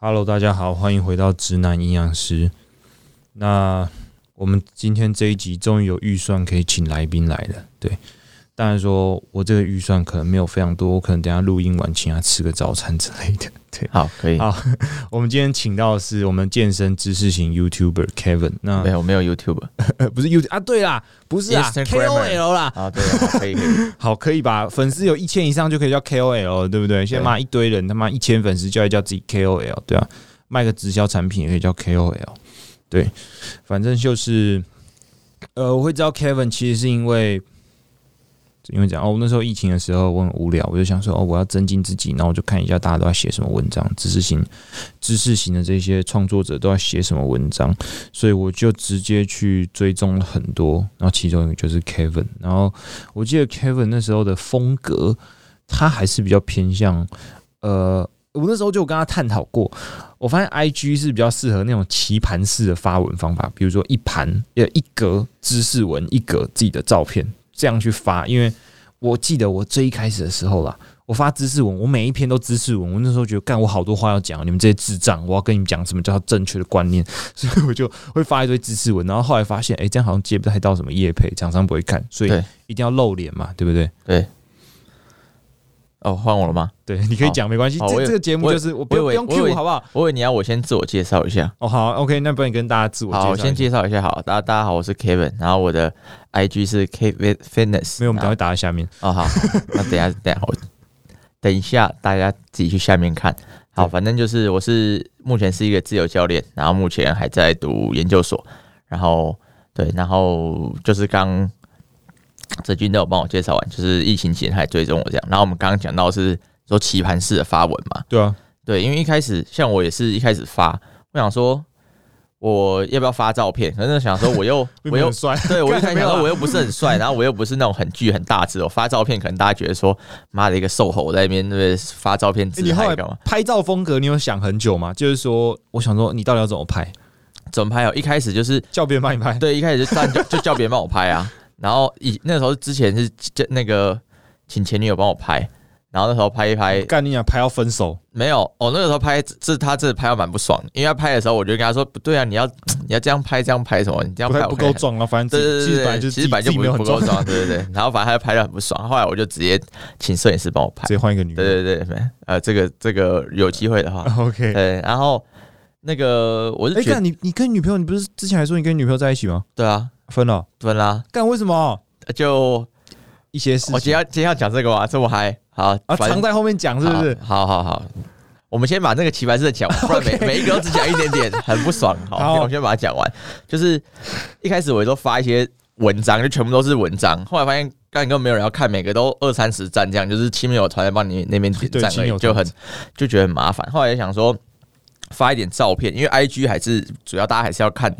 Hello，大家好，欢迎回到直男营养师。那我们今天这一集终于有预算可以请来宾来了，对。当然说，我这个预算可能没有非常多，我可能等一下录音完请他吃个早餐之类的。 好，可以。好我们今天请到的是我们健身知识型 YouTuber Kevin，那没有，没有 YouTube。呃不是 You 啊，对啦，不是啊 Instagrammer ，KOL 啦，啊，对，好可以，可以。 好，可以吧？粉丝有一千以上就可以叫 KOL，对不对？现在妈一堆人他妈一千粉丝就要叫自己 KOL，对啊，卖个直销产品也可以叫 KOL，对，反正就是，呃，我会知道 Kevin 其实是因为，因为讲哦，我那时候疫情的时候我很无聊，我就想说哦，我要增进自己，然后我就看一下大家都在写什么文章，知识型、知识型的这些创作者都在写什么文章，所以我就直接去追踪了很多，然后其中一个就是 Kevin，然后。我记得 Kevin 那时候的风格，他还是比较偏向，呃，我那时候就有跟他探讨过，我发现 IG 是比较适合那种棋盘式的发文方法，比如说一盘呃一格知识文，一格自己的照片，这样去发。因为我记得我最一开始的时候啦。我发知识文，我每一篇都知识文。我那时候觉得，干，我好多话要讲，你们这些智障，我要跟你们讲什么叫正确的观念， 所以我就会发一堆知识文。然后后来发现，哎、这样好像接不太到什么业配，厂商不会看，所以对一定要露脸嘛，对不对？ 对。哦，换我了吗？对，你可以好讲没关系。好我这以这个节目我以就是我不用我不以用为我以 Q 为好不好？我以为你要我先自我介绍一下。哦，好，OK，那不然你跟大家自我介好，绍。我先，介绍一下。好，大家大家好，我是 Kevin，然后我的 IG 是 Kevin Fitness。没有，我们等会然后打在下面。哦，好，好那等一下，等一下，我等一下，大家自己去下面看。好，对反正就是我是目前是一个自由教练，然后目前还在读研究所，然后对，然后就是刚泽军都有帮我介绍完，就是疫情前还追踪我这样。然后我们刚刚讲到是说棋盘式的发文嘛，对啊，对，因为一开始像我也是一开始发，我想说我要不要发照片，可是想说我又并我没有又很帅，对，我就干想没有到啊我又不是很帅，然后我又不是那种很巨很大只，我发照片可能大家觉得说，妈的一个瘦猴在那边对不对发照片欸自你后嗨来干嘛？ 拍照风格，你有想很久吗？就是说，我想说，你到底要怎么拍？怎么拍哦？一开始就是叫别人帮你拍。对，一开始就但就就叫别人帮我拍啊，然后以那时候之前是就那个请前女友帮我拍，然后那时候拍一拍哎干你娘，拍到分手，没有，哦，那个时候拍这他真的拍到蛮不爽的，因为他拍的时候我就跟他说不对啊，你要你要这样拍这样拍什么？你这样不拍太我不够看起来壮啊，反正对自己其实对对本来对，就其是实自本来就己不没有很不壮够，壮，对对对。然后反正他就拍的很不爽，后来我就直接请摄影师帮我拍直。接换一个女的。对对对，没呃，这个这个有机会的话，嗯 OK，对。然后那个我是哎，觉得干你，你跟女朋友，你不是之前还说你跟女朋友在一起吗？对啊，分了，分啦，干为什么？就一些事我情今天要今天要讲这个嘛，这么嗨，好，啊，反藏正在后面讲是不是？好好好。好我们先把那个棋盘式的 讲完，不然每每一个都只讲一点 点，很不爽。好，好我们先把它讲完。就是一开始我都发一些文章，就全部都是文章。后来发现根本没有人要看，每个都二三十赞这样，就是亲友团来帮你那边点对赞亲而友已，就团很就觉得很麻烦。后来想说发一点照片，因为 IG 还是主要大家还是要看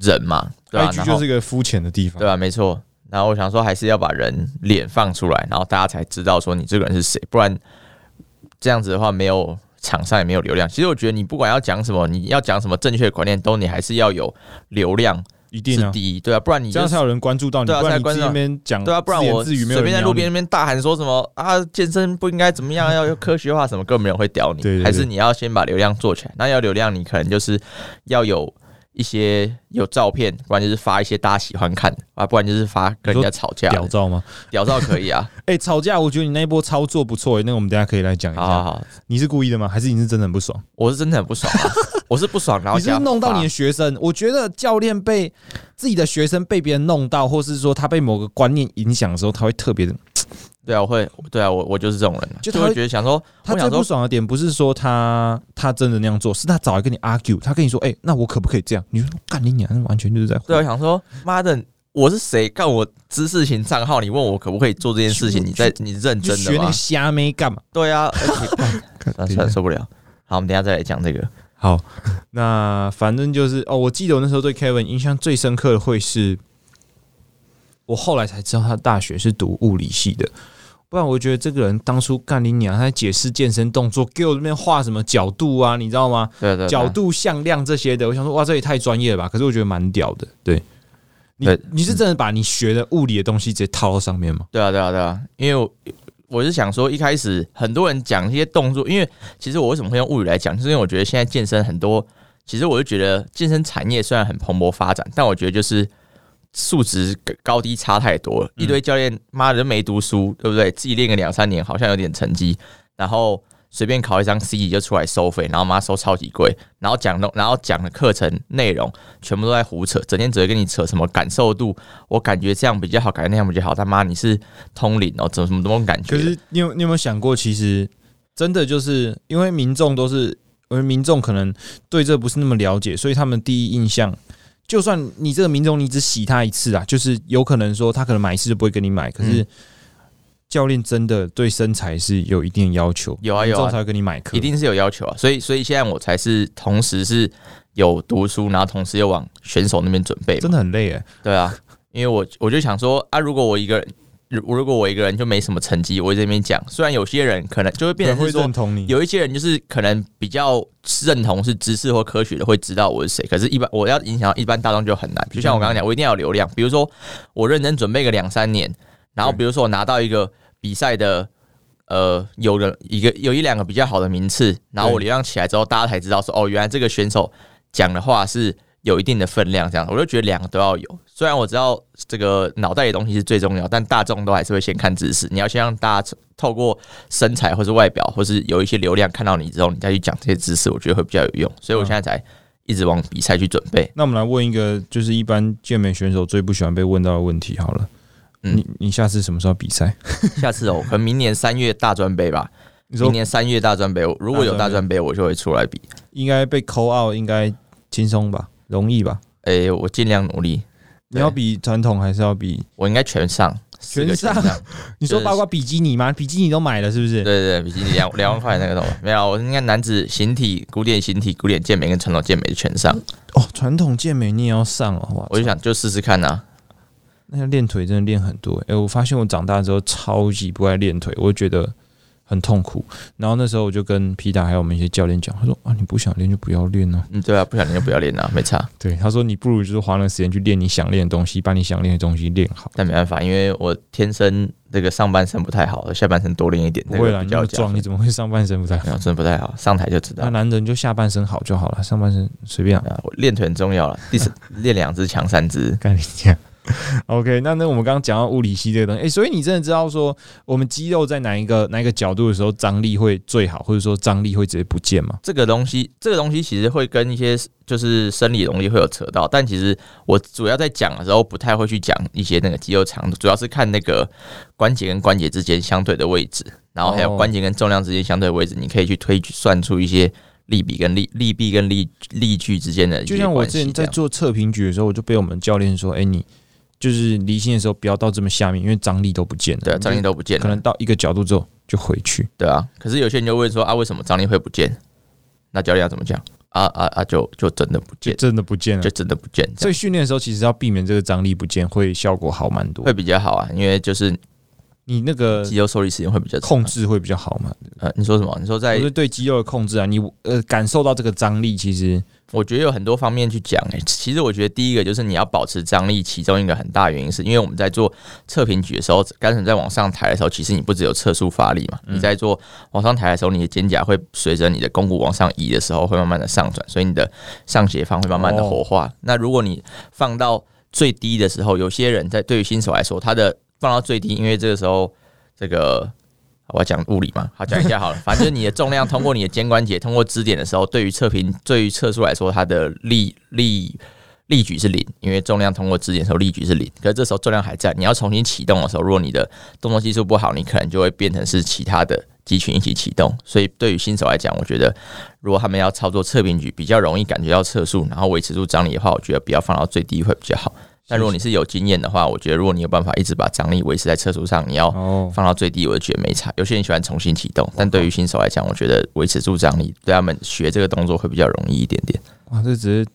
人嘛，对吧、 IG 然就后是一个肤浅的地方对。吧、没错。然后我想说，还是要把人脸放出来，然后大家才知道说你这个人是谁，不然这样子的话，没有厂商也没有流量。其实我觉得你不管要讲什么，你要讲什么正确的观念，都你还是要有流量一定是啊，第一，对啊，不然你这就样才是有人关注到你，对啊不然才你关自注己到那边讲，对啊，不然我自言自语没随有人便在鸟路你边那边大喊说什么啊，健身不应该怎么样，要科学化什么，根本没有人会屌你。对对对还是你要先把流量做起来。那要流量，你可能就是要有一些有照片，不然就是发一些大家喜欢看的啊，不然就是发跟人家吵架的屌照 吗？屌照可以啊，哎、吵架，我觉得你那一波操作不错、欸，那我们 等一下可以来讲一下。好啊好好，你是故意的吗？还是你是真的很不爽？我是真的很不爽 啊，我是不爽，然后你是不加是弄到你的发学生？我觉得教练被自己的学生被别人弄到，或是说他被某个观念影响的时候，他会特别的。对啊，我会对啊，我我就是这种人啊，就就他会会觉得想说，他我最想不说爽的点不是说他他真的那样做，是他找来跟你 argue，他跟你说：“哎、那我可不可以这样？”你就说：“干你娘，完全就是在对啊，我想说妈的。我是谁？干我知识型账号？你问我可不可以做这件事情？去你在你认就真学的那吗个？虾妹干嘛 对啊，而且干？” 算了算了受不了。好，我们等一下再来讲这个。好，那反正就是哦，我记得我那时候对 Kevin 印象最深刻的会是，我后来才知道他大学是读物理系的，不然我觉得这个人当初干你娘，他在解释健身动作，给我那边画什么角度啊，你知道吗？对对对角度、向量这些的，我想说哇，这也太专业了吧？可是我觉得蛮屌的，对。你对你是真的把你学的物理的东西直接套到上面吗？对啊对啊对啊，因为我我是想说，一开始很多人讲一些动作，因为其实我为什么会用物语来讲，就是因为我觉得现在健身很多，其实我就觉得健身产业虽然很蓬勃发展，但我觉得就是素质高低差太多了。嗯一堆教练妈的没读书，对不对？自己练个两三年好像有点成绩，然后随便考一张 C 级就出来收费，然后妈收超级贵，然后讲的然后讲的课程内容全部都在胡扯，整天只会跟你扯什么感受度，我感觉这样比较好，感觉那样比较好，他妈你是通灵哦，怎么什么什么感觉？可是你有你有没有想过，其实真的就是因为民众都是，因为民众可能对这不是那么了解，所以他们第一印象，就算你这个民众你只洗他一次啊，就是有可能说他可能买一次就不会跟你买，可是嗯教练真的对身材是有一定要求，有啊民有啊众才会跟你买课，一定是有要求啊，所以所以现在我才是同时是有读书，然后同时又往选手那边准备嘛真的很累哎、对啊，因为我我就想说啊，如果我一个人，如如果我一个人就没什么成绩，我在那边讲，虽然有些人可能就会变人成会是说认，同你，有一些人就是可能比较认同是知识或科学的，会知道我是谁。可是，一般我要影响到一般大众就很难。就像我刚刚讲，我一定要有流量。比如说，我认真准备个两三年，然后对比如说我拿到一个比赛的，呃，有人一个有一两个比较好的名次，然后我对流量起来之后，大家才知道说，哦，原来这个选手讲的话是有一定的分量。这样，我就觉得两个都要有。虽然我知道这个脑袋里的东西是最重要，但大众都还是会先看知识。你要先让大家透过身材或是外表，或是有一些流量看到你之后，你再去讲这些知识，我觉得会比较有用。所以我现在才一直往比赛去准备。那我们来问一个，就是一般健美选手最不喜欢被问到的问题好了。嗯你你下次什么时候比赛？ 下次哦，可能明年三月大专杯 吧。你哦明说年三月大专杯，我如果有大大专专杯，我就会出来比。应该被扣 out 应该轻松吧，容易吧？诶、我尽量努力，你要比传统还是要比？我应该全上，四个全上。你说就是包括比基尼吗？比基尼都买了是不对是？对对，比基尼两两万块那个懂吗？没有，我应该男子形体、古典形体、古典健美跟传统健美就全上。哦，传统健美你也要上哦，哇！我就想就试试看呐、啊。那要练腿真的练很多、哎、我发现我长大之后超级不爱练腿，我觉得很痛苦。然后那时候我就跟皮达还有我们一些教练讲，他说啊，你不想练就不要练呢、嗯，对啊，不想练就不要练啊，没差。对，他说你不如就是花那时间去练你想练的东西，把你想练的东西练好。但没办法，因为我天生这个上半身不太好，下半身多练一点，不会啦，那个你那比较么有加壮，你分。怎么会上半身不太没好有，？真的不太好，上台就知那道。男人就下半身好就好了，上半身随便啊。对啊我练腿很重要了，第四练两只强 三只。跟你讲。OK，那那我们刚刚讲到物理系这个东西，诶，所以你真的知道说我们肌肉在哪一个哪一个角度的时候张力会最好，或者说张力会直接不见吗？这个东西，这个东西其实会跟一些就是生理容易会有扯到，但其实我主要在讲的时候不太会去讲一些那个肌肉长度，主要是看那个关节跟关节之间相对的位置，然后还有哦关节跟重量之间相对的位置，你可以去推算出一些力比跟力力臂跟力力距之间的一些就像我关系之前在这样做测评局的时候，我就被我们教练说，诶，你就是离心的时候不要到这么下面，因为张力都不见了，对啊，张力都都不见可了能，到一个角度之后就回去。对啊。可是有些人就会说啊，为什么张力会不见？那教练要怎么讲？啊啊啊，就就真的不就见，真的不见了就，真的不见，这样所以训练的时候其实要避免这个张力不见，会效果好蛮多会。比啊较好啊，因为就是你那个肌肉受力时间会比较长呃控制会比较好嘛？呃，你说什么？你说在我？是对肌肉的控制啊，你呃感受到这个张力，其实我觉得有很多方面去讲、欸。其实我觉得第一个就是你要保持张力，其中一个很大原因是因为我们在做测评举的时候，刚才你在往上抬的时候，其实你不只有测速发力嘛，嗯你在做往上抬的时候，你的肩胛会随着你的肱骨往上移的时候，会慢慢的上转，所以你的上斜方会慢哦慢的活化。那如果你放到最低的时候，有些人在对于新手来说，他的放到最低，因为这个时候这个我要讲物理嘛， 好讲一下好了。反正就是你的重量通过你的肩关节，通过支点的时候，对于测评对于测速来说，它的力力力矩是零，因为重量通过支点的时候力矩是零。可是这时候重量还在，你要重新启动的时候，如果你的动作技术不好，你可能就会变成是其他的肌群一起启动。所以对于新手来讲，我觉得如果他们要操作测评举，比较容易感觉到测速，然后维持住张力的话，我觉得不要放到最低会比较好。但如果你是有经验的话，我觉得如果你有办法一直把张力维持在测速上，你要哦，放到最低，我就觉得没差。有些人喜欢重新启动，但对于新手来讲，我觉得维持住张力，对他们学这个动作会比较容易一点点。哇，这只是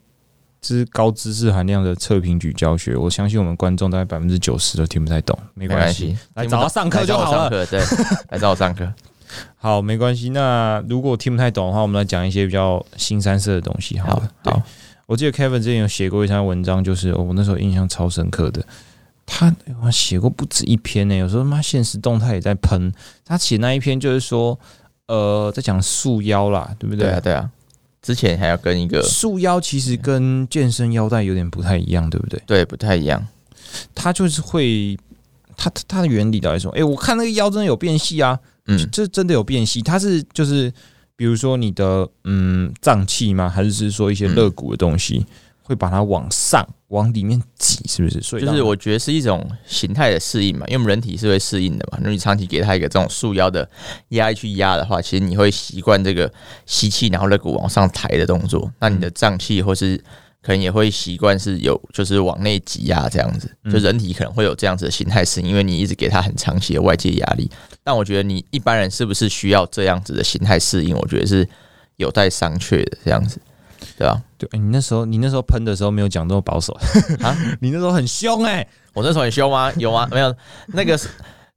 这是高知识含量的测评举教学，我相信我们观众大概百分之九十都听不太懂，没没关关系系，，来听不懂找他上课来找就我好上了。课对， 来找我上课。好，没关系。那如果听不太懂的话，我们来讲一些比较新三色的东西好好了。对好，我记得 Kevin 之前有写过一篇文章，就是、哦我那时候印象超深刻的。他他写过不止一篇呢、有时候妈现实动态也在喷。他写那一篇就是说，呃，在讲束腰啦，对不对啊，对啊。之前还要跟一个束腰其实跟健身腰带有点不太一样，对不对？对不太一样，它就是会，它它它的原理到底是什么？诶、我看那个腰真的有变细啊，嗯，这真的有变细。它是就是，比如说你的嗯脏器吗？还是是说一些肋骨的东西、嗯会把它往上往里面挤，是不是？所以就是让我觉得是一种形态的适应嘛，因为我们人体是会适应的嘛。如果你长期给它一个这种束腰的压力去压的话，其实你会习惯这个吸气，然后肋骨往上抬的动作。那你的脏器或是可能也会习惯是有就是往内挤压这样子，就人体可能会有这样子的形态适应，因为你一直给它很长期的外界压力。但我觉得你一般人是不是需要这样子的形态适应，我觉得是有待商榷的这样子，对吧、对、诶你那时候你那时候喷的时候没有讲这么保 守啊？ 你那时候很凶哎、我那时候很凶吗？ 有吗？没有。那个时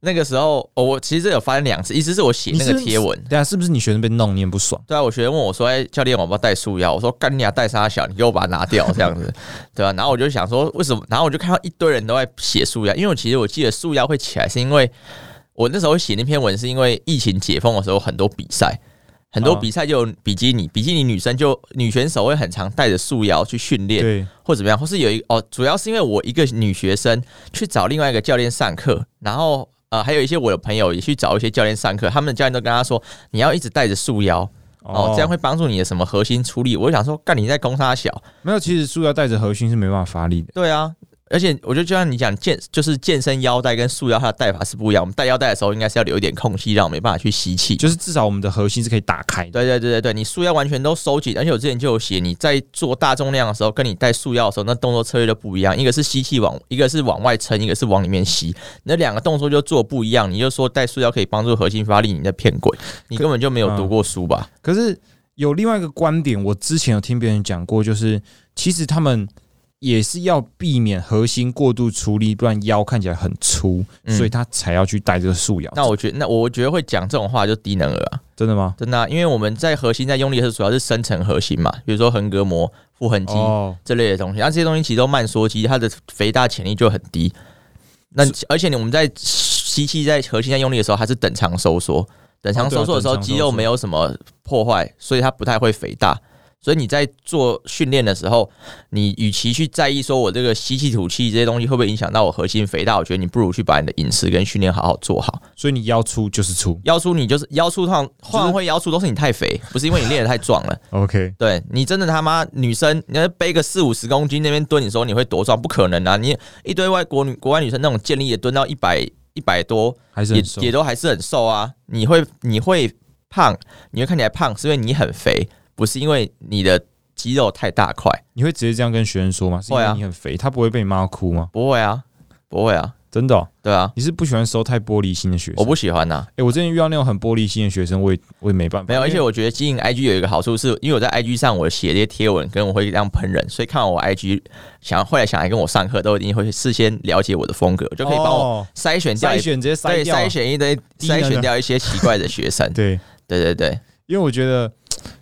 那个时候，哦，我其实有发生两次，一次是我写那个贴文，对啊，是不是你学生被弄你很不爽？对啊，我学生问我说：“哎、教练，我要不要带束腰？”我说：“干你俩带沙小，你给我把它拿 掉，这样子，对啊，然后我就想说，为什么？然后我就看到一堆人都在写束腰，因为我其实我记得束腰会起来，是因为我那时候写那篇文，是因为疫情解封的时候很多比赛。很多哦比赛就有比基尼，比基尼女生就女选手会很常带着束腰去训练，对，或怎么样，或是有一个哦，主要是因为我一个女学生去找另外一个教练上课，然后呃，还有一些我的朋友也去找一些教练上课，他们的教练都跟他说，你要一直带着束腰哦，这样会帮助你的什么核心出力。我就想说，干你在攻他小，哦没有。其实束腰带着核心是没办法发力的。对啊。而且我觉得就像你讲健，就是健身腰带跟束腰它的带法是不一样。我们带腰带的时候，应该是要留一点空隙，让我没办法去吸气。就是至少我们的核心是可以打开的。对对对对对，你束腰完全都收紧，而且我之前就有写，你在做大重量的时候，跟你带束腰的时候，那动作策略就不一样，一个是吸气往，一个是往外撑，一个是往里面吸，那两个动作就做不一样。你就说带束腰可以帮助核心发力，你在骗鬼，你根本就没有读过书吧？可是有另外一个观点，我之前有听别人讲过，就是其实他们也是要避免核心过度出力，不然腰看起来很粗，嗯所以他才要去带这个束腰。那我觉得，那我觉得会讲这种话就低能儿啊，真的吗？真的啊、因为我们在核心在用力的时候，主要是深层核心嘛，比如说横膈膜、腹横肌、哦，这类的东西，那、这些东西其实都慢缩肌，它的肥大潜力就很低。那而且你我们在吸气在核心在用力的时候，它是等长收缩，等长收缩的时候、哦对啊等长收缩肌肉没有什么破坏，所以它不太会肥大。所以你在做训练的时候，你与其去在意说我这个吸气吐气这些东西会不会影响到我核心肥大，我觉得你不如去把你的饮食跟训练好好做好。所以你腰粗就是粗。腰粗你就是腰粗，通常通常会腰粗都是你太肥，不是因为你练得太壮了。 OK，对你真的他妈女生，你要背个四五十公斤那边蹲，你说你会多壮？不可能啊！你一堆外国女国外女生那种健力也蹲到一百一百多，还是也很瘦也。都还是很瘦啊。你会你会胖，你会看起来胖，是因为你很肥，不是因为你的肌肉太大块。你会直接这样跟学生说吗？是因会啊为你很肥，他不会被你骂哭吗？不会啊，不会啊，真的哦、对啊，你是不喜欢收太玻璃心的学我生？不喜欢呐、啊。哎、我之前遇到那种很玻璃心的学生，我也我也没办法。没有，而因为且我觉得经营 IG 有一个好处是，因为我在 IG 上我写这些贴文，跟我会这样喷人，所以看完我 IG 想要后来想来跟我上课，都一定会事先了解我的风格，就可以帮我哦筛选掉筛一选直接筛对掉啊筛选一堆低能筛的，选掉一些奇怪的学生对。对对对，因为我觉得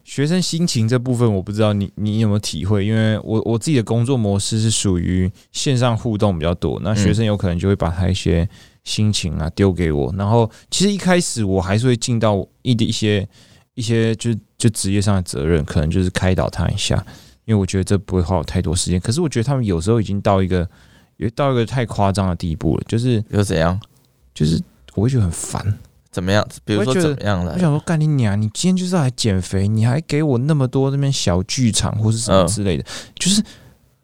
学生心情这部分，我不知道你你有没有体会，因为我我自己的工作模式是属于线上互动比较多，那学生有可能就会把他一些心情啊丢给我，然后其实一开始我还是会尽到一的一些一些就就职业上的责任，可能就是开导他一下，因为我觉得这不会花我太多时间，可是我觉得他们有时候已经到一个也到一个太夸张的地步了，就是又怎样？就是我会觉得很烦。怎么样？比如我说觉得怎么样我了？想说，干你娘！你今天就是要来减肥，你还给我那么多那边小剧场或是什么嗯之类的，就是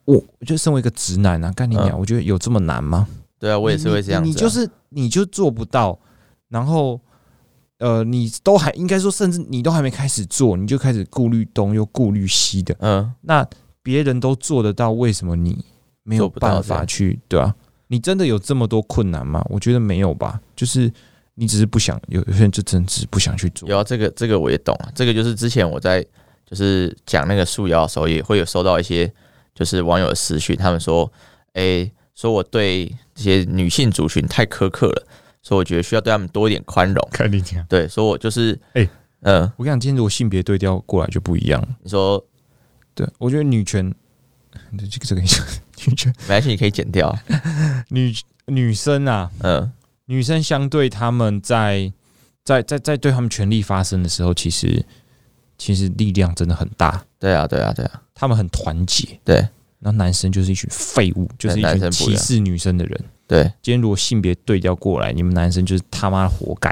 我，我就身为一个直男啊，干你娘！我觉得有这么难吗？对嗯啊，我也是会这样你你子啊、你就是你就做不到，然后呃，你都还应该说，甚至你都还没开始做，你就开始顾虑东又顾虑西的，嗯，那别人都做得到，为什么你没有做不到办这法样去？对啊，你真的有这么多困难吗？我觉得没有吧，就是你只是不想，有有些人就真的只是不想去做。有啊，这个这个我也懂啊，这个就是之前我在就是讲那个束腰的时候，也会有收到一些就是网友的私讯，他们说，诶，说我对这些女性族群太苛刻了，所以我觉得需要对他们多一点宽容。看你讲。对，所以我就是，诶嗯、我跟你讲，今天如果性别对调过来就不一样了。你说对，我觉得女权这个这个女生女权没关系，你可以剪掉。女女生啊，嗯，女生相对他们在在在在对他们权利发声的时候，其实其实力量真的很大，对啊，对啊，对啊，他们很团结。对，然后男生就是一群废物，就是一男群生不歧一样视女生的人。对，今天如果性别对调过来，你们男生就是他妈活该。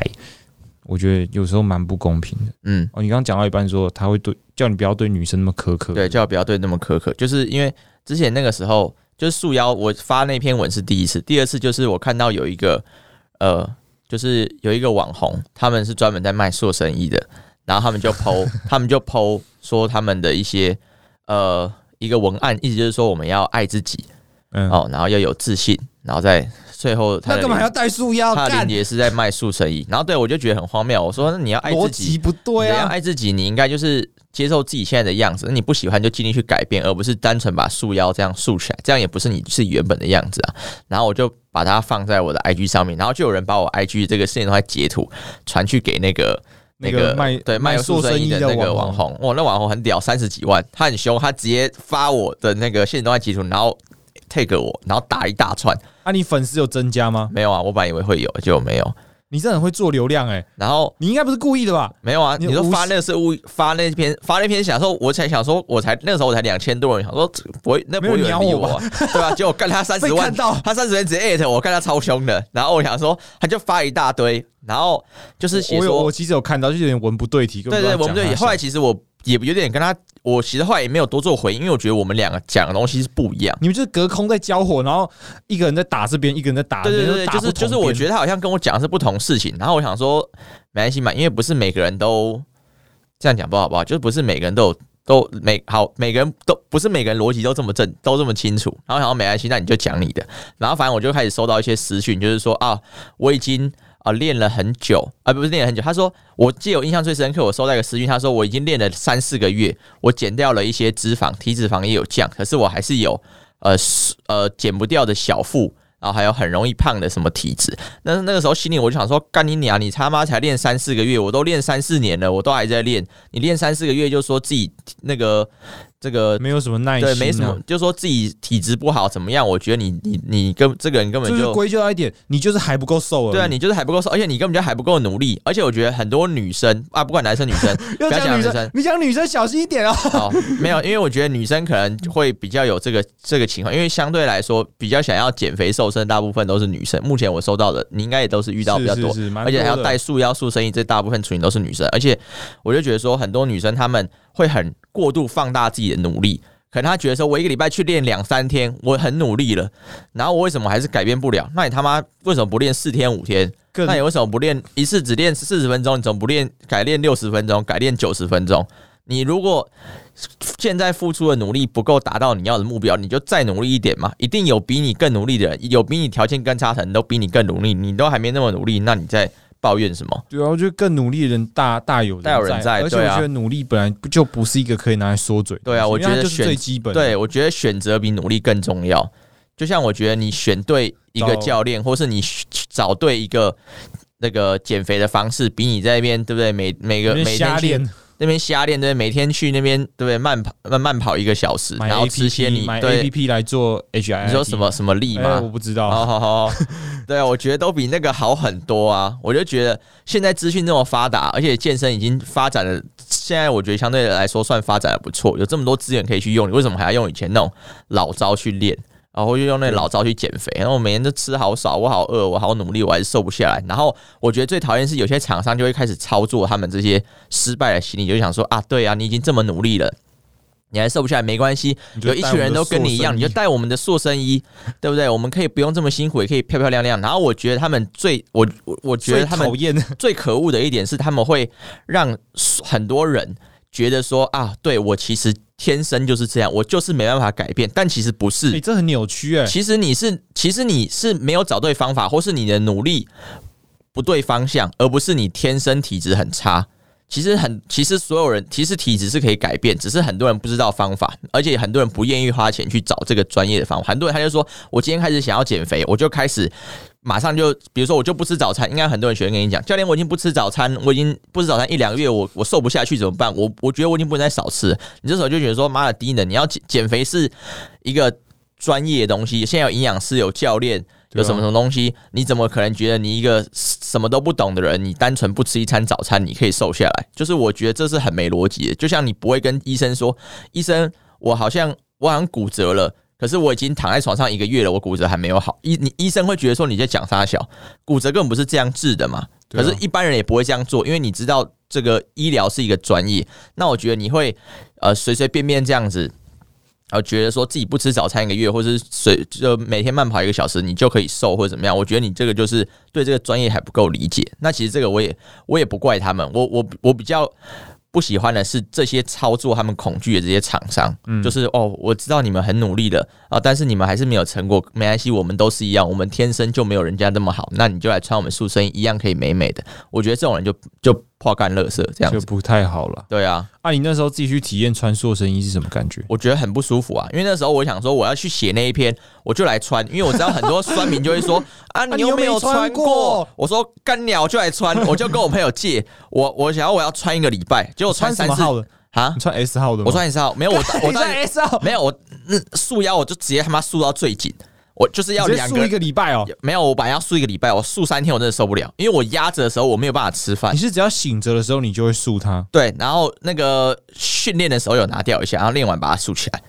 我觉得有时候蛮不公平的。嗯，哦，你刚刚讲到一半说他会对叫你不要对女生那么苛刻，对，，叫不要对那么苛刻，就是因为之前那个时候，就是束腰，我发那篇文是第一次，第二次就是我看到有一个，呃，就是有一个网红，他们是专门在卖塑身衣的，然后他们就 PO，他们就 PO 说他们的一些，呃，一个文案，意思就是说我们要爱自己嗯，哦，然后要有自信，然后再最后他那的干嘛还要带束腰？他的干链接是在卖塑身衣，然后对我就觉得很荒谬，我说那你要爱逻自己辑。不对你要啊！爱自己，你应该就是接受自己现在的样子。那你不喜欢就尽力去改变，而不是单纯把束腰这样束起来，这样也不是你自己原本的样子啊。然后我就把它放在我的 IG 上面，然后就有人把我 IG 这个事情都在截图传去给那个。那个个卖对卖卖塑塑身身衣衣的的那个网网红，哇，那网红很屌，三十几万，他很凶，他直接发我的那个现在都在截图，然后 take 我，然后打一大串，啊，你粉丝有增加吗？没有啊，我本来以为会有，结果没有，你这很会做流量哎、然后你应该不是故意的吧？没有啊，你你说无发视那个是误发那篇发那篇想说，我才想说，我才那个时候我才两千多人，想说这不会那不会有没有人人理鸟我我啊， 对啊，结果干他三被十看万，到他三十人直接艾特我，干他超凶的，然后我想说他就发一大堆，然后就是写我有，我说，其实有看到，就有点文不对题。根对本对，不我知道们讲啊对，啥后来其实我也有点跟他，我其实后来也没有多做回应，因为我觉得我们两个讲的东西是不一样。你们就是隔空在交火，然后一个人在打这边，一个人在打那对边，对对，打就不是同就是，我边觉得他好像跟我讲的是不同事情，然后我想说没关系嘛，因为不是每个人都这样讲不好不好，就是不是每个人都有都每好每个人都不是每个人逻辑都这么正都这么清楚，然后想说没关系，那你就讲你的，然后反正我就开始收到一些私讯，就是说啊，我已经。啊，练了很久啊，不是练了很久。他说，我记得我印象最深刻，我收到一个私讯，他说我已经练了三四个月，我减掉了一些脂肪，体脂肪也有降，可是我还是有呃呃减不掉的小腹，然后还有很容易胖的什么体质。那那个时候心里我就想说，干你娘！你他妈才练三四个月，我都练三四年了，我都还在练。你练三四个月就说自己那个这个没有什么耐心、啊，对没什么，就说自己体质不好怎么样？我觉得你你你跟这个人根本就是就。归咎到一点，你就是还不够瘦而已对啊，你就是还不够瘦，而且你根本就还不够努力，而且我觉得很多女生啊，不管男生女 生，要不要讲讲女女生生，你讲女生小心一点哦。哦，没有，因为我觉得女生可能会比较有这个这个情况，因为相对来说比较想要减肥瘦身，大部分都是女生。目前我收到的，你应该也都是遇到比较多， 是是是蛮而且还要多的带束腰束身衣，这大部分群都是女生。而且我就觉得说，很多女生她们会很过度放大自己的努力。可能她觉得说，我一个礼拜去练两三天，我很努力了，然后我为什么还是改变不了？那你他妈为什么不练四天五天？更那你为什么不练一次只练四十分钟？你怎么不练改练六十分钟，改练九十分钟？你如果现在付出的努力不够达到你要的目标，你就再努力一点嘛。一定有比你更努力的人，有比你条件更差的人都比你更努力，你都还没那么努力，那你在抱怨什么？对啊，我觉得更努力的人大大有大有人在而且我对啊觉得努力本来不就不是一个可以拿来说嘴的东西，对啊我因为它觉得就是选最基本的。对我觉得选择比努力更重要。就像我觉得你选对一个找教练，或是你找对一个那个减肥的方式，比你在那边对不对？每每个因为每天瞎去练，那边瞎练，对，每天去那边对不对？慢跑慢慢跑一个小时，买然后吃些 APP 你买对 APP 来做 HI，你说什么什么力哎我吗？不知道。哦好好，好 对啊，我觉得都比那个好很多啊！我就觉得现在资讯这么发达，而且健身已经发展的，现在我觉得相对来说算发展的不错，有这么多资源可以去用，你为什么还要用以前那种老招去练？然后就用那老招去减肥，然后我每天都吃好少，我好饿，我好努力，我还是瘦不下来。然后我觉得最讨厌是有些厂商就会开始操作他们这些失败的心理，就想说啊，对啊，你已经这么努力了，你还瘦不下来没关系， 你就有一群人都跟你一样，带我们的塑身衣你就带我们的塑身衣，对不对？我们可以不用这么辛苦，也可以漂漂亮亮。然后我觉得他们最，我我我觉最得他们讨厌的最可恶的一点是，他们会让很多人觉得说啊，对我其实天生就是这样，我就是没办法改变。但其实不是，哎，这很扭曲哎。其实你是，其实你是没有找对方法，或是你的努力不对方向，而不是你天生体质很差。其实很，其实所有人其实体质是可以改变，只是很多人不知道方法，而且很多人不愿意花钱去找这个专业的方法。很多人他就说，我今天开始想要减肥，我就开始马上就，比如说我就不吃早餐，应该很多人学员跟你讲，教练，我已经不吃早餐，我已经不吃早餐一两个月，我我瘦不下去怎么办？我我觉得我已经不能再少吃了。你这时候就觉得说，妈的，低能！你要减减肥是一个专业的东西，现在有营养师，有教练，对啊有什么什么东西，你怎么可能觉得你一个什么都不懂的人，你单纯不吃一餐早餐，你可以瘦下来？就是我觉得这是很没逻辑的。就像你不会跟医生说，医生，我好像我好像骨折了，可是我已经躺在床上一个月了，我骨折还没有好。医你医生会觉得说你在讲啥小，骨折根本不是这样治的嘛。对可啊是，一般人也不会这样做，因为你知道这个医疗是一个专业。那我觉得你会呃随随便便这样子。呃，觉得说自己不吃早餐一个月，或是随就每天慢跑一个小时，你就可以瘦或者怎么样？我觉得你这个就是对这个专业还不够理解。那其实这个我也我也不怪他们，我我我比较不喜欢的是这些操作他们恐惧的这些厂商，就是哦，我知道你们很努力了啊，但是你们还是没有成果，没关系，我们都是一样，我们天生就没有人家那么好，那你就来穿我们塑身衣，一样可以美美的。我觉得这种人就就破干乐色这样就子，不太好了。对啊，啊，你那时候自己去体验穿塑身衣是什么感觉？我觉得很不舒服啊，因为那时候我想说我要去写那一篇，我就来穿，因为我知道很多酸民就 会说啊，你你又又没没有穿穿过过，我说干鸟就来穿，我就跟我朋友借，我我想要我要穿一个礼拜，结果穿什三么次号的？啊你，穿 S 号的吗？哎我穿一次号，没有我我嗯你穿 S 号，没有我那束腰我就直接他妈束到最紧，我就是要你直接两束个一个礼拜哦。没有，我本来要束一个礼拜，我束三天我真的受不了，因为我压着的时候我没有办法吃饭你。是只要醒着的时候你就会束它，对，然后那个训练的时候有拿掉一下，然后练完把它束起来。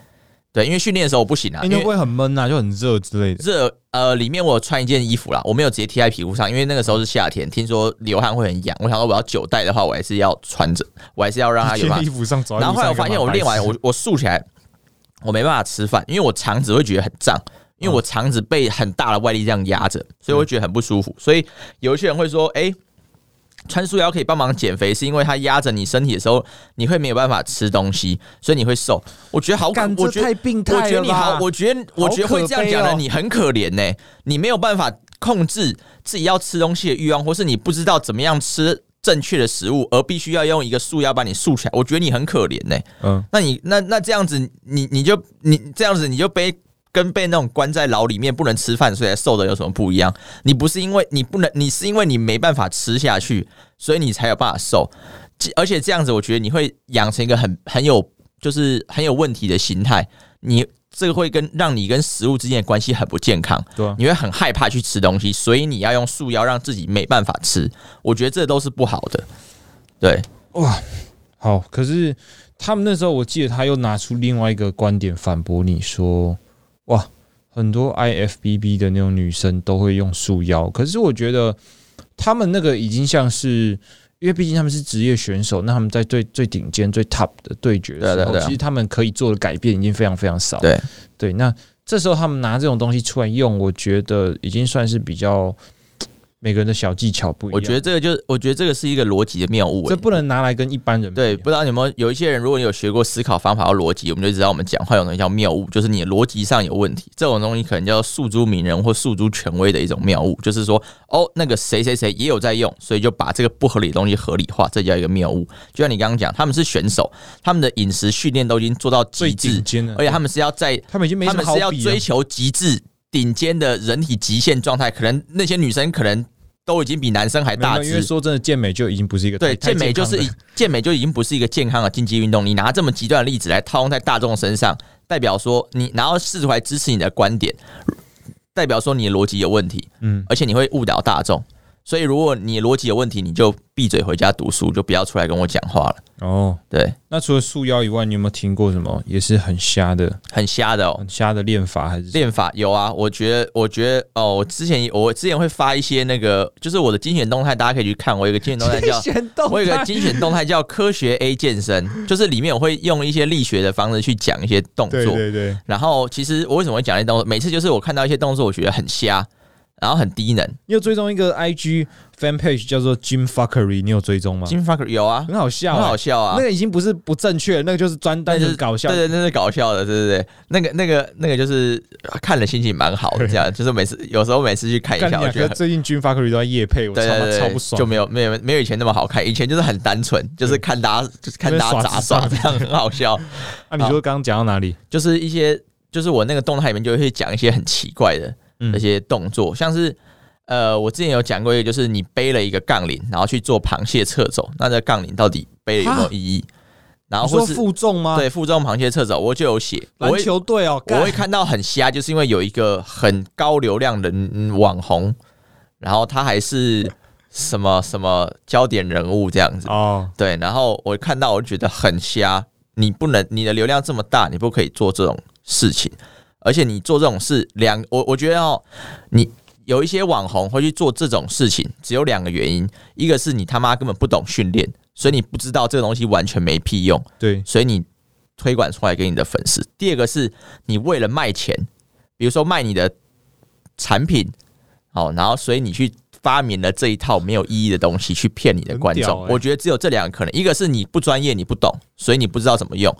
对，因为训练的时候我不行啊，哎，因那为会不会很闷啊，就很热之类的。热呃，里面我有穿一件衣服啦，我没有直接贴在皮肤上，因为那个时候是夏天，听说流汗会很痒。我想说，我要久戴的话，我还是要穿着，我还是要让它有 贴办衣法。服上走在然后路后来上干我嘛，发现，我练白完痴我我竖起来，我没办法吃饭，因为我肠子会觉得很胀，因为我肠子被很大的外力这样压着，所以我会觉得很不舒服。所以有一些人会说，哎、穿束腰可以帮忙减肥，是因为它压着你身体的时候，你会没有办法吃东西，所以你会瘦。我觉得好感干，我这觉得太病态我了吧。觉得你好，我觉得我觉得会这样讲好可悲的哦你很可怜呢、你没有办法控制自己要吃东西的欲望，或是你不知道怎么样吃正确的食物，而必须要用一个束腰把你束起来。我觉得你很可怜呢、嗯，那你那那这样子，你你就你这样子，你就被跟被那种关在牢里面不能吃饭，所以才瘦的有什么不一样？你不是因为你不能，你是因为你没办法吃下去，所以你才有办法瘦。这而且这样子，我觉得你会养成一个很很有就是很有问题的心态，你这个会跟让你跟食物之间的关系很不健康。对啊，你会很害怕去吃东西，所以你要用束腰让自己没办法吃，我觉得这都是不好的。对，好，可是他们那时候，我记得他又拿出另外一个观点反驳你说，哇，很多 IFBB 的那种女生都会用束腰，可是我觉得他们那个已经像是。因为毕竟他们是职业选手，那他们在最最顶尖、最 top 的对决的时对啊候，对啊对啊其实他们可以做的改变已经非常非常少。对对，那这时候他们拿这种东西出来用，我觉得已经算是比较每个人的小技巧不一样。我觉得这个就是，我觉得这个是一个逻辑的谬误、欸。这不能拿来跟一般人比啊对，不知道你有没有有一些人，如果你有学过思考方法和逻辑，我们就知道我们讲话有东西叫谬误，就是你的逻辑上有问题。这种东西可能叫诉诸名人或诉诸权威的一种谬误，就是说哦，那个谁谁谁也有在用，所以就把这个不合理的东西合理化，这叫一个谬误。就像你刚刚讲，他们是选手，他们的饮食训练都已经做到最极致顶，尖的，而且他们是要在他们已经没他什么们好是比啊要了。追求极致、顶尖的人体极限状态，可能那些女生可能都已经比男生还没有大因为只。说真的，健美就已经不是一个对，太健美就是太已健康的健美就已经不是一个健康的竞技运动。你拿这么极端的例子来套用在大众身上，代表说你，然后试图来支持你的观点，代表说你的逻辑有问题，嗯而且你会误导大众。所以，如果你逻辑有问题，你就闭嘴回家读书，就不要出来跟我讲话了。哦。对，那除了束腰以外，你有没有听过什么也是很瞎的、很瞎的哦。很瞎的练法？还是练法有啊，我觉得，我觉得哦，我之前我之前会发一些那个，就是我的精选动态，大家可以去看。我有一个精选动态 叫，选动我有一个精选动态叫科学 A 健身，就是里面我会用一些力学的方式去讲一些动作。对对对，然后其实我为什么会讲这些动作？每次就是我看到一些动作，我觉得很瞎，然后很低能。你有追踪一个 IG fan page 叫做 Jim Fuckery，你有追踪吗？金 fucker 有啊，很好笑、很欸，好笑啊那。个已经不是不正确，那个就是专单但纯搞笑。对对，那是搞笑的，对对对，那个那个那个就是看了心情蛮好的，这样就是每次有时候每次去看一干你下，我啊！可觉得是很最近 Jim Fuckery 都在夜配，我超对对对，超不爽就。没有没有没有以前那么好看，以前就是很单纯，就是看大家就是看大家杂耍，那边耍这样很好笑。啊，你说刚刚讲到哪里？就是一些就是我那个动态里面就会讲一些很奇怪的嗯那些动作，像是呃，我之前有讲过一个，就是你背了一个杠铃，然后去做螃蟹侧走，那这杠铃到底背了有没有意义？然后啊你或说是负重吗？，对负重螃蟹侧走，我就有写，我篮会球队哦，我干会看到很瞎，就是因为有一个很高流量的嗯网红，然后他还是什么什么焦点人物这样子，哦，对，然后我看到我就觉得很瞎，你不能你的流量这么大，你不可以做这种事情，而且你做这种事两，我我觉得哦，你有一些网红会去做这种事情，只有两个原因，一个是你他妈根本不懂训练，所以你不知道这个东西完全没屁用，对，所以你推广出来给你的粉丝；第二个是你为了卖钱，比如说卖你的产品，哦，然后所以你去发明了这一套没有意义的东西去骗你的观很屌众。欸我觉得只有这两个可能：一个是你不专业，你不懂，所以你不知道怎么用；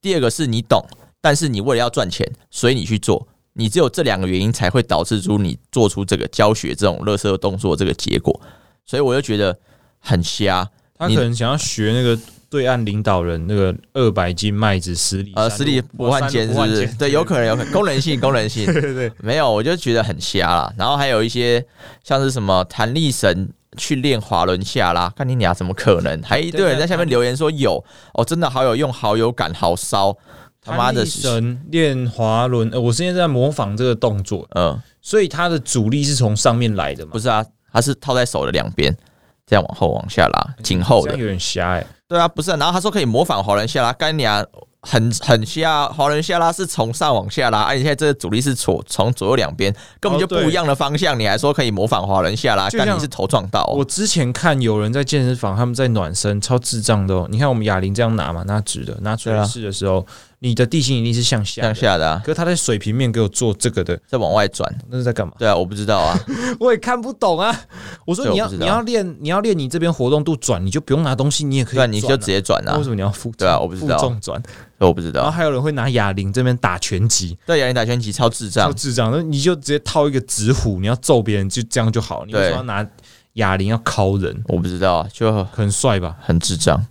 第二个是你懂，但是你为了要赚钱，所以你去做。你只有这两个原因才会导致出你做出这个教学这种乐色动作这个结果，所以我就觉得很瞎。他你可能想要学那个对岸领导人那个二百斤麦子十里呃，山实力路不换肩是不是？对，有可能，有可能，功能性，功能性，对对对，没有，我就觉得很瞎啦。然后还有一些像是什么弹力绳去练滑轮下拉，看你俩怎么可能？还一堆人在下面留言说有哦，真的好有用，好有感，好骚，他妈的弹力，绳练滑轮，呃我现在在模仿这个动作，嗯，所以它的阻力是从上面来的嘛不？是啊，它是套在手的两边，这样往后往下拉，颈后嗯这的样，有点欸狭隘、对啊，不是、啊。然后他说可以模仿滑轮下拉，干你俩很很瞎，滑轮下拉是从上往下拉，而、啊你且现在这个阻力是左从左右两边，根本就哦对不一样的方向，你还说可以模仿滑轮下拉，就干像你是头撞到、哦我之前看有人在健身房，他们在暖身，超智障的哦。你看我们哑铃这样拿嘛，拿直的，拿垂式的时候，你的地心引力是啊向下向的，下的、啊，可是他在水平面给我做这个的，再往外转。那是在干嘛？对啊，我不知道啊， 我也看不懂啊。我说这你我要不知你道要练你要练你这边活动度转，你就不用拿东西，你也可以对啊，转啊、你就直接转啊那为，什么你要负重对啊我不知道负重转，我不知然后道。还有人会拿哑铃这边打拳击，对，杨林打拳击超智超障，智障。那你就直接套一个纸虎，你要揍别人就这样就好了。你为什么要拿哑铃要敲人？我不知道啊，就很帅吧？很智障。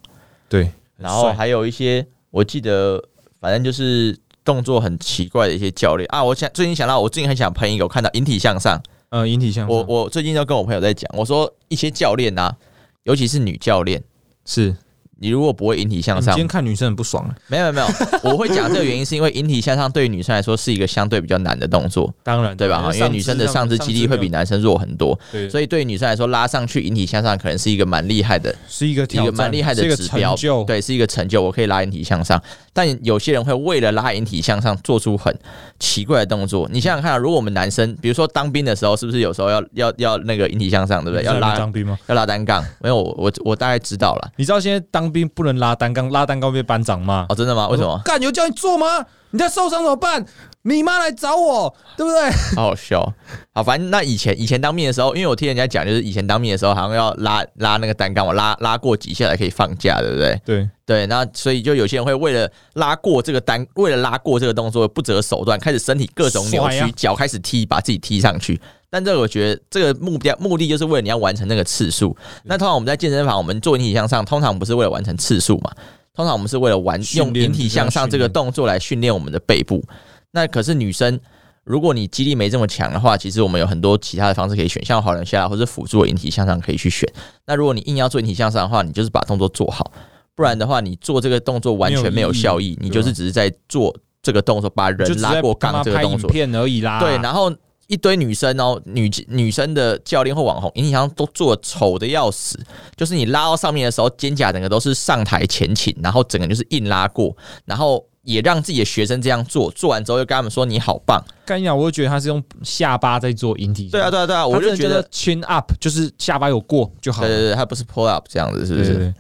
对，很然后帅还有一些，我记得反正就是动作很奇怪的一些教练啊。我想最近想到，我最近很想喷一个，我看到引体向上，呃引体向上我我最近就跟我朋友在讲，我说一些教练啊，尤其是女教练，是。你如果不会引体向你上今，天看女生很不爽啊，没有没有，没有我会讲这个原因是因为引体向上对于女生来说是一个相对比较难的动作，当然对吧？因为女生的上肢肌力会比男生弱很多，对，所以对于女生来说，拉上去引体向上可能是一个蛮厉害的，是一个一挑个战蛮厉害的是一个指标成就，，对，是一个成就。我可以拉引体向上，但有些人会为了拉引体向上做出很奇怪的动作。你想想看啊、如果我们男生，比如说当兵的时候，是不是有时候要要要那个引体向上，对不对？你知道要你拉当兵吗？要拉单杠，没有我我我大概知道了。你知道现在当兵不能拉单杠，拉单杠被班长骂。哦，真的吗？为什么？干有叫你做吗？你在受伤怎么办？你妈来找我，对不对？好好笑哦。好，反正那以前以前当兵的时候，因为我听人家讲，就是以前当兵的时候好像要拉拉那个单杠，我拉拉过几下才可以放假，对不对？对，对，那所以就有些人会为了拉过这个单，为了拉过这个动作不择手段，开始身体各种扭甩啊曲，脚开始踢，把自己踢上去。但这个我觉得这个目标目的就是为了你要完成那个次数。那通常我们在健身房，我们做引体向上，通常不是为了完成次数嘛？通常我们是为了完训用练引体向上这个动作来训练我们的背部。那可是女生，如果你肌力没这么强的话，其实我们有很多其他的方式可以选，像滑轮下拉或者辅助的引体向上可以去选。那如果你硬要做引体向上的话，你就是把动作做好，不然的话，你做这个动作完全没有效没有益，意义你就是只是在做这个动作，把就只人拉在过他杠妈这个拍动影作。片啊而已啦。对，然后一堆女生哦，女女生的教练或网红，影响都做得丑的要死，就是你拉到上面的时候，肩胛整个都是上抬前倾，然后整个就是硬拉过，然后也让自己的学生这样做，做完之后又跟他们说你好棒。干呀，我就觉得他是用下巴在做引体向上，对啊，对啊，对啊，他我真就的觉叫得做。chin up，就是下巴有过就好对了。对对，他不是 pull up 这样子，是不是？对对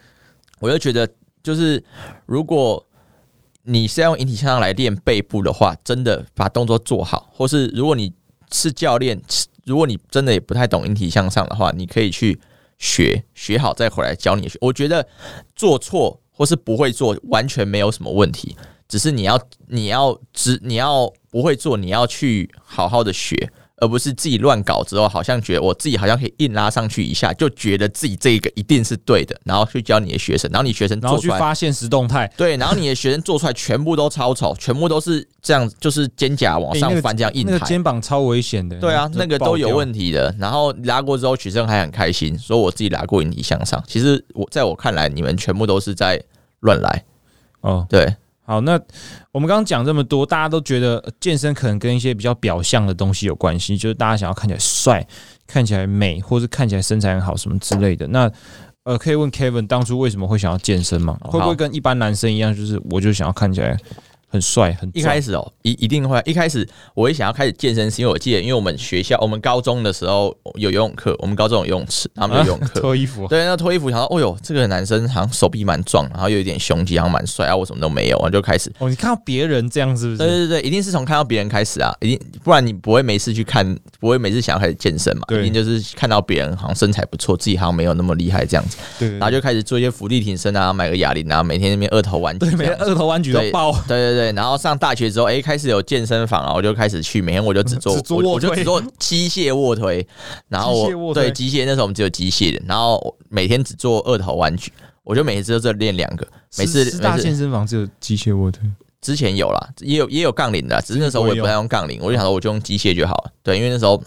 我就觉得，就是如果你是要用引体向上来练背部的话，真的把动作做好，或是如果你是教练，如果你真的也不太懂引体向上的话，你可以去学学好再回来教你学。我觉得做错或是不会做完全没有什么问题，只是你要你要知你要不会做，你要去好好的学，而不是自己乱搞之后，好像觉得我自己好像可以硬拉上去一下，就觉得自己这个一定是对的，然后去教你的学生，然后你学生然后做去出来，发现实动态，对，然后你的学生做出来全部都超丑，全部都是这样，就是肩胛往欸上那个翻这样硬那个抬。肩膀超危险的。对啊，那个都有题。问题的。然后拉过之后，学生还很开心，说我自己拉过引体向上。其实我在我看来，你们全部都是在乱来。哦，对，好，那我们刚刚讲这么多，大家都觉得呃健身可能跟一些比较表象的东西有关系，就是大家想要看起来帅、看起来美，或是看起来身材很好什么之类的。那呃，可以问 Kevin 当初为什么会想要健身吗？哦会不好会跟一般男生一样，就是我就想要看起来很帅、很一开始始哦，一一定会。一开始我也想要开始健身，是因为我记得，因为我们学校，我们高中的时候有游泳课，我们高中有游泳池，他们 有游泳课。脱衣服？啊对，那脱衣服，想到，哦呦，这个男生好像手臂蛮壮，然后又有一点胸肌，好像蛮帅啊，我什么都没有，然后就开始哦，你看到别人这样是不对是？对对，一定是从看到别人开始啊，一定不然你不会每次去看，不会每次想要开始健身嘛，对一定就是看到别人好像身材不错，自己好像没有那么厉害这样子，对对然后就开始做一些伏地挺身啊，买个哑铃啊，每天那边二头弯举对，这每天样子。二头弯举都对爆， 对对对，然后上大学之后，哎，开始有健身房啊，我就开始去，每天我就只做，只做我卧我就推只做机械卧推，然后机械卧我推对机械那时候我们只有机械的，然后我每天只做二头弯举，我就每次都只练两个，每次师师每大次健身房只有机械卧推，之前有啦，也有也有杠铃的啦，只是那时候我也不太用杠铃，我就想说我就用机械就好了。对，因为那时候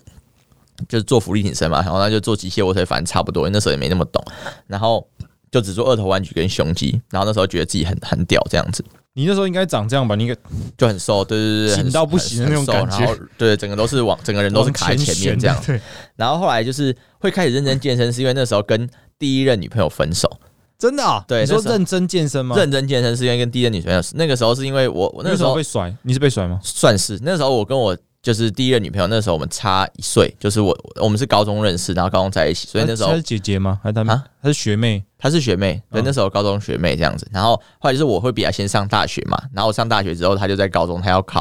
就是做浮力挺身嘛，然后那就做机械卧推，反正差不多，因为那时候也没那么懂，然后就只做二头弯举跟胸肌，然后那时候觉得自己很很屌这样子，你那时候应该长这样吧？你应该就很瘦，对对对对，紧很到不行的那种很瘦感觉然后对，整个都是往整个人都是卡在前面这样往前旋。对，然后后来就是会开始认真健身，是因为那时候跟第一任女朋友分手，真的啊？对你说那时候认真健身吗？认真健身是因为跟第一任女朋友，那个时候是因为我我那那个时时候候被甩，你是被甩吗？算是那时候我跟我就是第一任女朋友，那时候我们差一岁，就是我我们是高中认识，然后高中在一起，所以那时候她是姐姐吗？还是她啊她是学妹？她是学妹，对，嗯那时候高中学妹这样子。然后后来就是我会比她先上大学嘛，然后我上大学之后，她就在高中，她要考，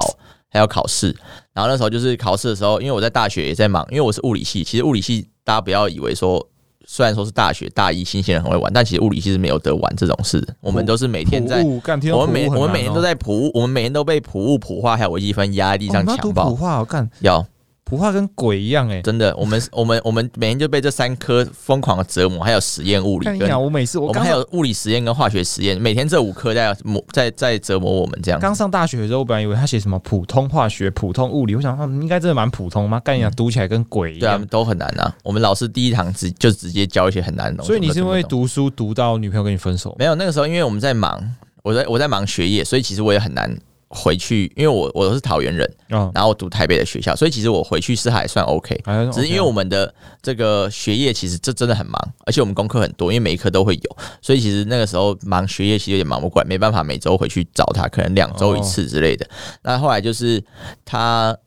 她要考试。然后那时候就是考试的时候，因为我在大学也在忙，因为我是物理系，其实物理系大家不要以为说。虽然说是大学大一新鲜人很会玩，但其实物理系是没有得玩这种事的。我们都是每天在普物哦干，听到我们每普物很我们难每天都哦在普物，我们每天都被普物普化还有微积分压在地哦上你们要强读暴普。化，我干要普化跟鬼一样哎！真的，我们 我们我们每天就被这三科疯狂的折磨，还有实验物理看你跟讲，我每次我我们刚还有物理实验跟化学实验，每天这五科在磨在在折磨我们这样。刚上大学的时候，我本来以为他写什么普通化学、普通物理，我想他们应该真的蛮普通嘛，干你讲读起来跟鬼一对啊样。，都很难啊。我们老师第一堂直就直接教一些很难的东西，所以你是因啊我们为都听不懂读书读到女朋友跟你分手吗？没有那个时候，因为我们在忙，我在我在忙学业，所以其实我也很难回去，因为我我是桃园人，啊，然后我读台北的学校，所以其实我回去是还算 OK。还哦只是因为我们的这个学业其实这真的很忙，而且我们功课很多，因为每一科都会有，所以其实那个时候忙学业其实有点忙不过来，没办法每周回去找他，可能两周一次之类的。那后来就是他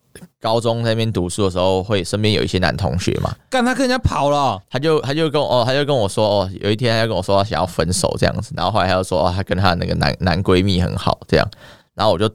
高中在那边读书的时候，会身边有一些男同学嘛，干他跟人家跑了，他就他就跟我哦，他就跟我说哦，有一天他就跟我说他想要分手这样子，然后后来他就说哦，他跟他那个男男闺蜜很好这样，然后我就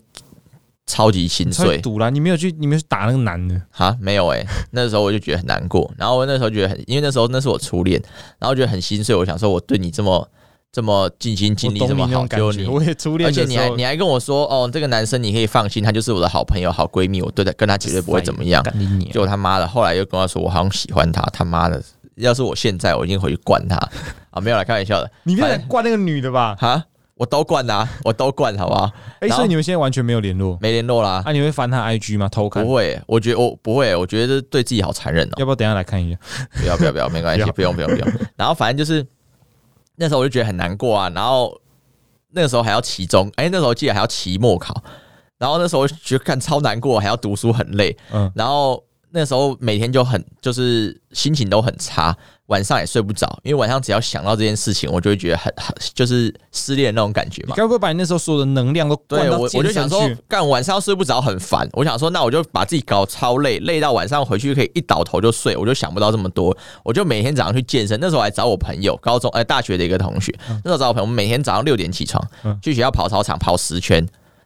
超级心你超碎，堵了，你没有去，你没有去打那个男的，啊，没有哎、那时候我就觉得很难过，然后我那时候觉得很，因为那时候那是我初恋，然后觉得很心碎。我想说，我对你这么这么尽心尽我力，懂这你么那好，种感就觉。你，我也初恋而的时且候，你还你还跟我说，哦，这个男生你可以放心，他就是我的好朋友、好闺蜜，我对他跟他绝对不会怎么样。干你娘结果他妈的，后来又跟我说，我好像喜欢他，他妈的，要是我现在，我一定回去灌他啊！没有啦，开玩笑的你没有反在灌那个女的吧？哈，我都灌啦、我都灌，好不好？哎，然后所以你们现在完全没有联络？没联络啦，啊，你会翻他 IG 吗？偷看不？会、我觉得我不会、我觉得这对自己好残忍哦、要不要等一下来看一下？不要不要不要，没关系不，要不用不用不用。 然后反正就是那时候我就觉得很难过啊，然后那个时候还要期中，哎、那时候记得还要期末考，然后那时候我就觉得干超难过，还要读书很累，嗯，然后那时候每天就很就是心情都很差，晚上也睡不着，因为晚上只要想到这件事情，我就会觉得很很就是失恋的那种感觉你嘛。该不会把你那时候所有的能量都灌对到我，健我就身想说去，干晚上睡不着很烦。我想说，那我就把自己搞超累，累到晚上回去可以一倒头就睡，我就想不到这么多。我就每天早上去健身，那时候我还找我朋友，高中哎、大学的一个同学，那时候找我朋友，我们每天早上六点起床嗯，去学校跑操场跑十圈，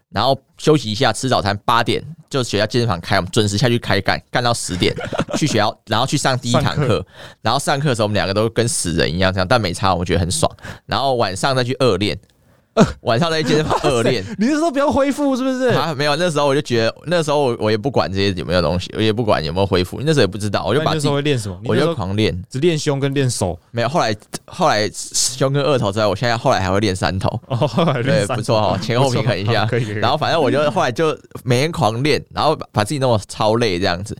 然后休息一下吃早餐，八点就学校健身房开，我们准时下去开干，干到十点去学校，然后去上第一堂上课课，然后上课的时候我们两个都跟死人一样这样，但没差，我们觉得很爽。然后晚上再去恶练。晚上在健身房恶练。你是说不要恢复是不是？ 啊，没有，那时候我就觉得，那时候我我也不管这些有没有东西，我也不管有没有恢复，那时候也不知道，我就那把你自那时己候，会练什么？你我那时就候狂练。只练胸跟练手。没有，后来后来胸跟二头之外，我现在后来还会练三头，哦，后来 对，练三不错 哦，前后平衡一下不错好可以可以可以。 然后反正我就后来就每天狂练，然后把把自己弄得超累这样子。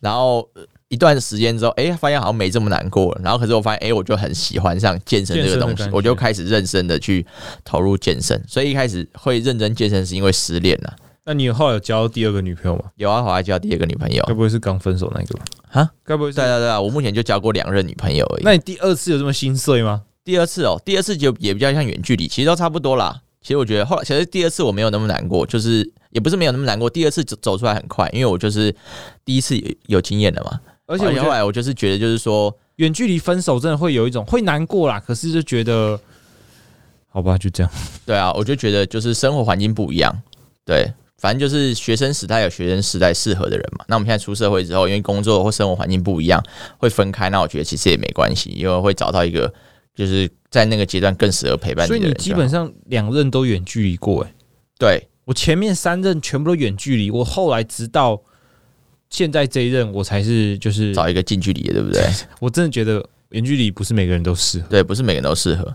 然后一段时间之后，哎、发现好像没这么难过了。然后可是我发现，哎、我就很喜欢上健身这个健身东的西感，觉我就开始认真的去投入健身。所以一开始会认真健身是因为失恋了。那你后来有交第二个女朋友吗？有啊，我还交第二个女朋友该。不会是刚分手那个吧？啊，该不会是对啊？对啊对啊，我目前就交过两任女朋友而已。那你第二次有这么心碎吗？第二次哦，第二次就也比较像远距离，其实都差不多啦。其实我觉得后来，其实第二次我没有那么难过，就是也不是没有那么难过。第二次走走出来很快，因为我就是第一次有哦有啊经验了嘛。而且我觉后得来我就是觉得，就是说，远距离分手真的会有一种会难过啦，可是就觉得好吧，就这样。对啊，我就觉得就是生活环境不一样，对，反正就是学生时代有学生时代适合的人嘛。那我们现在出社会之后，因为工作或生活环境不一样，会分开。那我觉得其实也没关系，因为会找到一个就是在那个阶段更适合陪伴所你以的你人就好。基本上两任都远距离过、欸，对我前面三任全部都远距离，我后来直到现在这一任，我才是就是找一个近距离的，对不对？我真的觉得远距离不是每个人都适合。对，不是每个人都适合，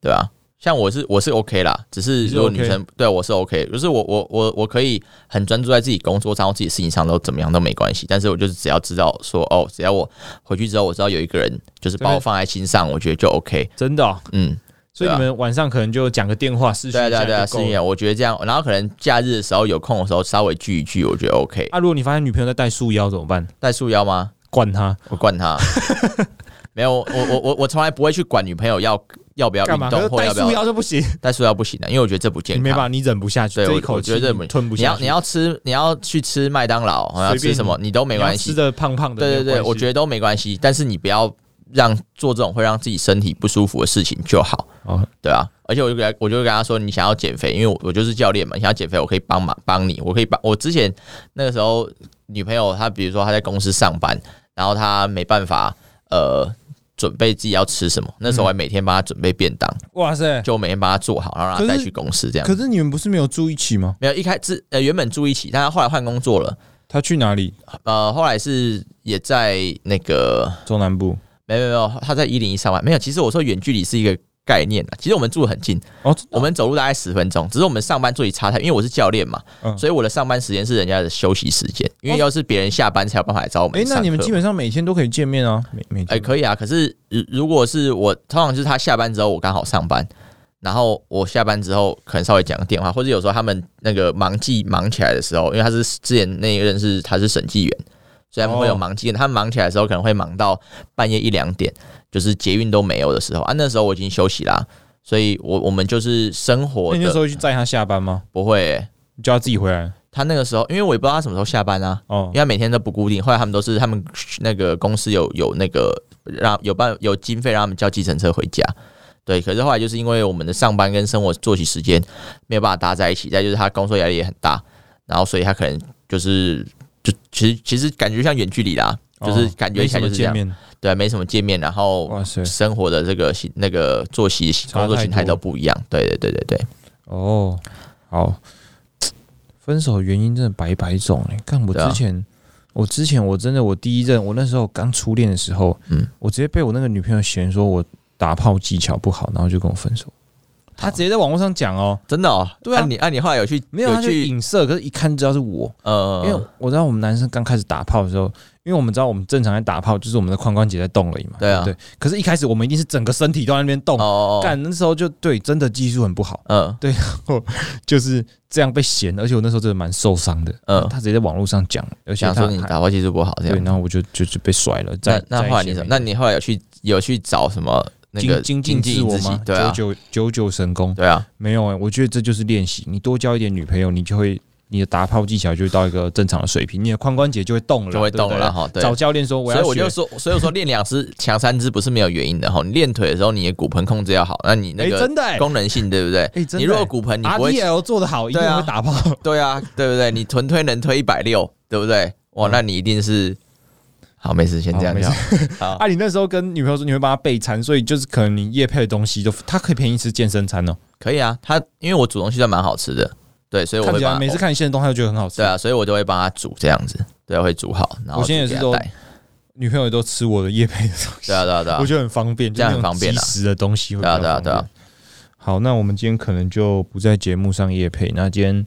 对啊，像我是我是 OK 啦，只是你是如果 OK 女生对我是 OK，就是我我我我可以很专注在自己工作上或自己事情上都怎么样都没关系，但是我就是只要知道说哦，只要我回去之后我知道有一个人就是把我放在心上，我觉得就 OK，真的哦、嗯，所以对啊你们晚上可能就讲个电话，视讯对啊一对啊下对啊，就是够了啊，我觉得这样，然后可能假日的时候有空的时候稍微聚一聚，我觉得 OK，啊，如果你发现女朋友在带束腰怎么办？带束腰吗？管她，我惯他。 没有，我我我我从来不会去管女朋友要要不要干运嘛？可动是或带要不束要腰就不行，带束腰不行的，因为我觉得这不你健没康办。法，你忍不下去，对这一我口我气觉得不吞不你下要去。你要吃，你要去吃麦当劳，好像随便吃什么你都没没关吃系。的胖胖的，对对对，我觉得得都没关系，但是你不要让做这种会让自己身体不舒服的事情就好，哦，对啊。而且我就给他，我就跟他说，你想要减肥，因为我我就是教练嘛，你想要减肥，我可以帮忙帮你，我可以帮。我之前那个时候女朋友她，比如说她在公司上班，然后她没办法呃准备自己要吃什么，那时嗯候我还每天帮她准备便当，哇塞！就每天帮她做好，然后让她可是带去公司这样可。是你们不是没有住一起吗？没有一开始呃原本住一起，但他后来换工作了，他去哪里？呃，后来是也在那个中南部没有没有没有，他在一零一上班。没有，其实我说远距离是一个概念啊，其实我们住得很近，哦，我们走路大概十分钟，只是我们上班最差太，因为我是教练嘛，嗯所以我的上班时间是人家的休息时间，因为要是别人下班才有办法来找我们哎，上课嘛。那你们基本上每天都可以见面啊，每每哎、天可以啊，可是如如果是我，通常就是他下班之后我刚好上班，然后我下班之后可能稍微讲个电话，或者有时候他们那个忙季忙起来的时候，因为他是之前那一任是他是审计员，所以他们会有哦忙季，他们忙起来的时候可能会忙到半夜一两点，就是捷运都没有的时候啊，那时候我已经休息啦、所以我我们就是生活那你那时的候去载他下班吗？不会欸、你叫他自己回来他那个时候，因为我也不知道他什么时候下班啊，哦因为。他每天都不固定。后来他们都是他们那个公司有有那个让有办有经费让他们叫计程车回家。对，可是后来就是因为我们的上班跟生活作息时间没有办法搭在一起，再就是他工作压力也很大，然后所以他可能就是就其实其实感觉像远距离啦，就是哦感觉起来就是这样没什么见，面对啊，没什么见面，然后哇塞，生活的这个形那个作息差工作形态太多都不一样。对对对对对，哦，好，分手原因真的百百种哎、欸。看我对啊之前，我之前我真的我第一任，我那时候刚初恋的时候，嗯我直接被我那个女朋友嫌说我打炮技巧不好，然后就跟我分手。她直接在网络上讲哦，真的哦。对啊那你那你后来有去没有，她就去影射，可是一看知道是我，呃因为我知道我们男生刚开始打炮的时候，因为我们知道我们正常在打炮就是我们的髋关节在动而已嘛，对啊不对。可是，一开始我们一定是整个身体都在那边动哦，哦哦干那时候就对，真的技术很不好。嗯就是这样被嫌，而且我那时候真的蛮受伤的。嗯他直接在网络上讲，而且想他说你还打炮技术不好这对，样。然后我就就就被甩了。那在那后来你怎么那你后来有去有去找什么那个精精进进自我己吗？对啊，九九九九神功对啊，没有哎、我觉得这就是练习。你多交一点女朋友，你就会你的打炮技巧就会到一个正常的水平，你的髋关节就会动了，就会对不动对了哈。对，找教练说我所以要我就学说，所以我说练两只强三只不是没有原因的哈。你练腿的时候，你的骨盆控制要好，那你那哎、个真的哎、功能性对不对？ 哎真的你如果骨盆你不 R T 会， L 做得好，一定对啊会打炮。对啊，对不对？你臀推能推一百六，对不对？哇，嗯那你一定是好，没事，先这样就好。好 啊，你那时候跟女朋友说你会帮她备餐，所以就是可能你夜配的东西都，她可以便宜吃健身餐哦。可以啊，他因为我煮东西算蛮好吃的，对，所以我看会起来帮每次看你现在动态就觉得很好吃。对啊，所以我就会帮他煮这样子，对，啊会煮好。然后我现在也是自己给都他带女朋友都吃我的夜配的东西，对啊，对啊，对啊我，觉得很方便，这样就是很那种方便啊即时的东西会比对较啊，方对啊，便。对啊，好，那我们今天可能就不在节目上夜配。那今天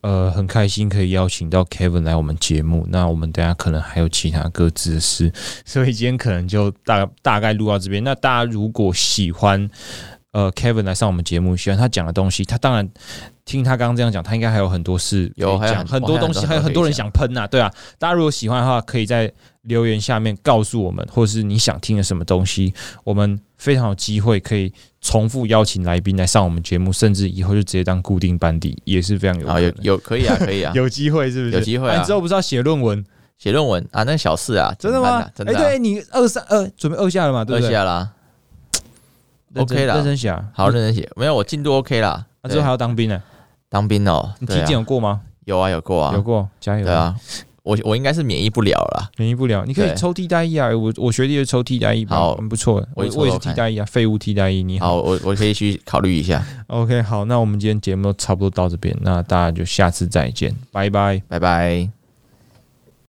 呃很开心可以邀请到 Kevin 来我们节目。那我们等一下可能还有其他各自的事， 所以今天可能就大大概录到这边。那大家如果喜欢呃 Kevin 来上我们节目，喜欢他讲的东西，他当然。听他刚刚这样讲，他应该还有很多事可以有还有讲很很我多还有东西，很多还有可以很多人讲想喷呐、对啊。大家如果喜欢的话，可以在留言下面告诉我们，或是你想听的什么东西，我们非常有机会可以重复邀请来宾来上我们节目，甚至以后就直接当固定班底，也是非常有然可后能有有可以啊，可以啊，有机会，是不是？有机会啊你之后不是要写论文？写论文啊，那小事啊，真的怎么吗办啊？真哎，的啊对你二三二准备二下了嘛？对二不对下啦认真认，OK 啦，真写啊。好那认真写，没有我进度 OK 啦。啊之后还对要当兵呢？当兵哦，你体对啊检有过吗？有啊，有过啊有，过，加油！对，啊，我我应该是免疫不了啦。免疫不了，你可以对抽替代役啊。我我学弟就抽替代役，好蛮不错的。我我去抽我也是抽替看代役啊，废物替代役。你好。好，我我可以去考虑一下， OK，好，那我们今天节目都差不多到这边，那大家就下次再见，拜拜。拜拜。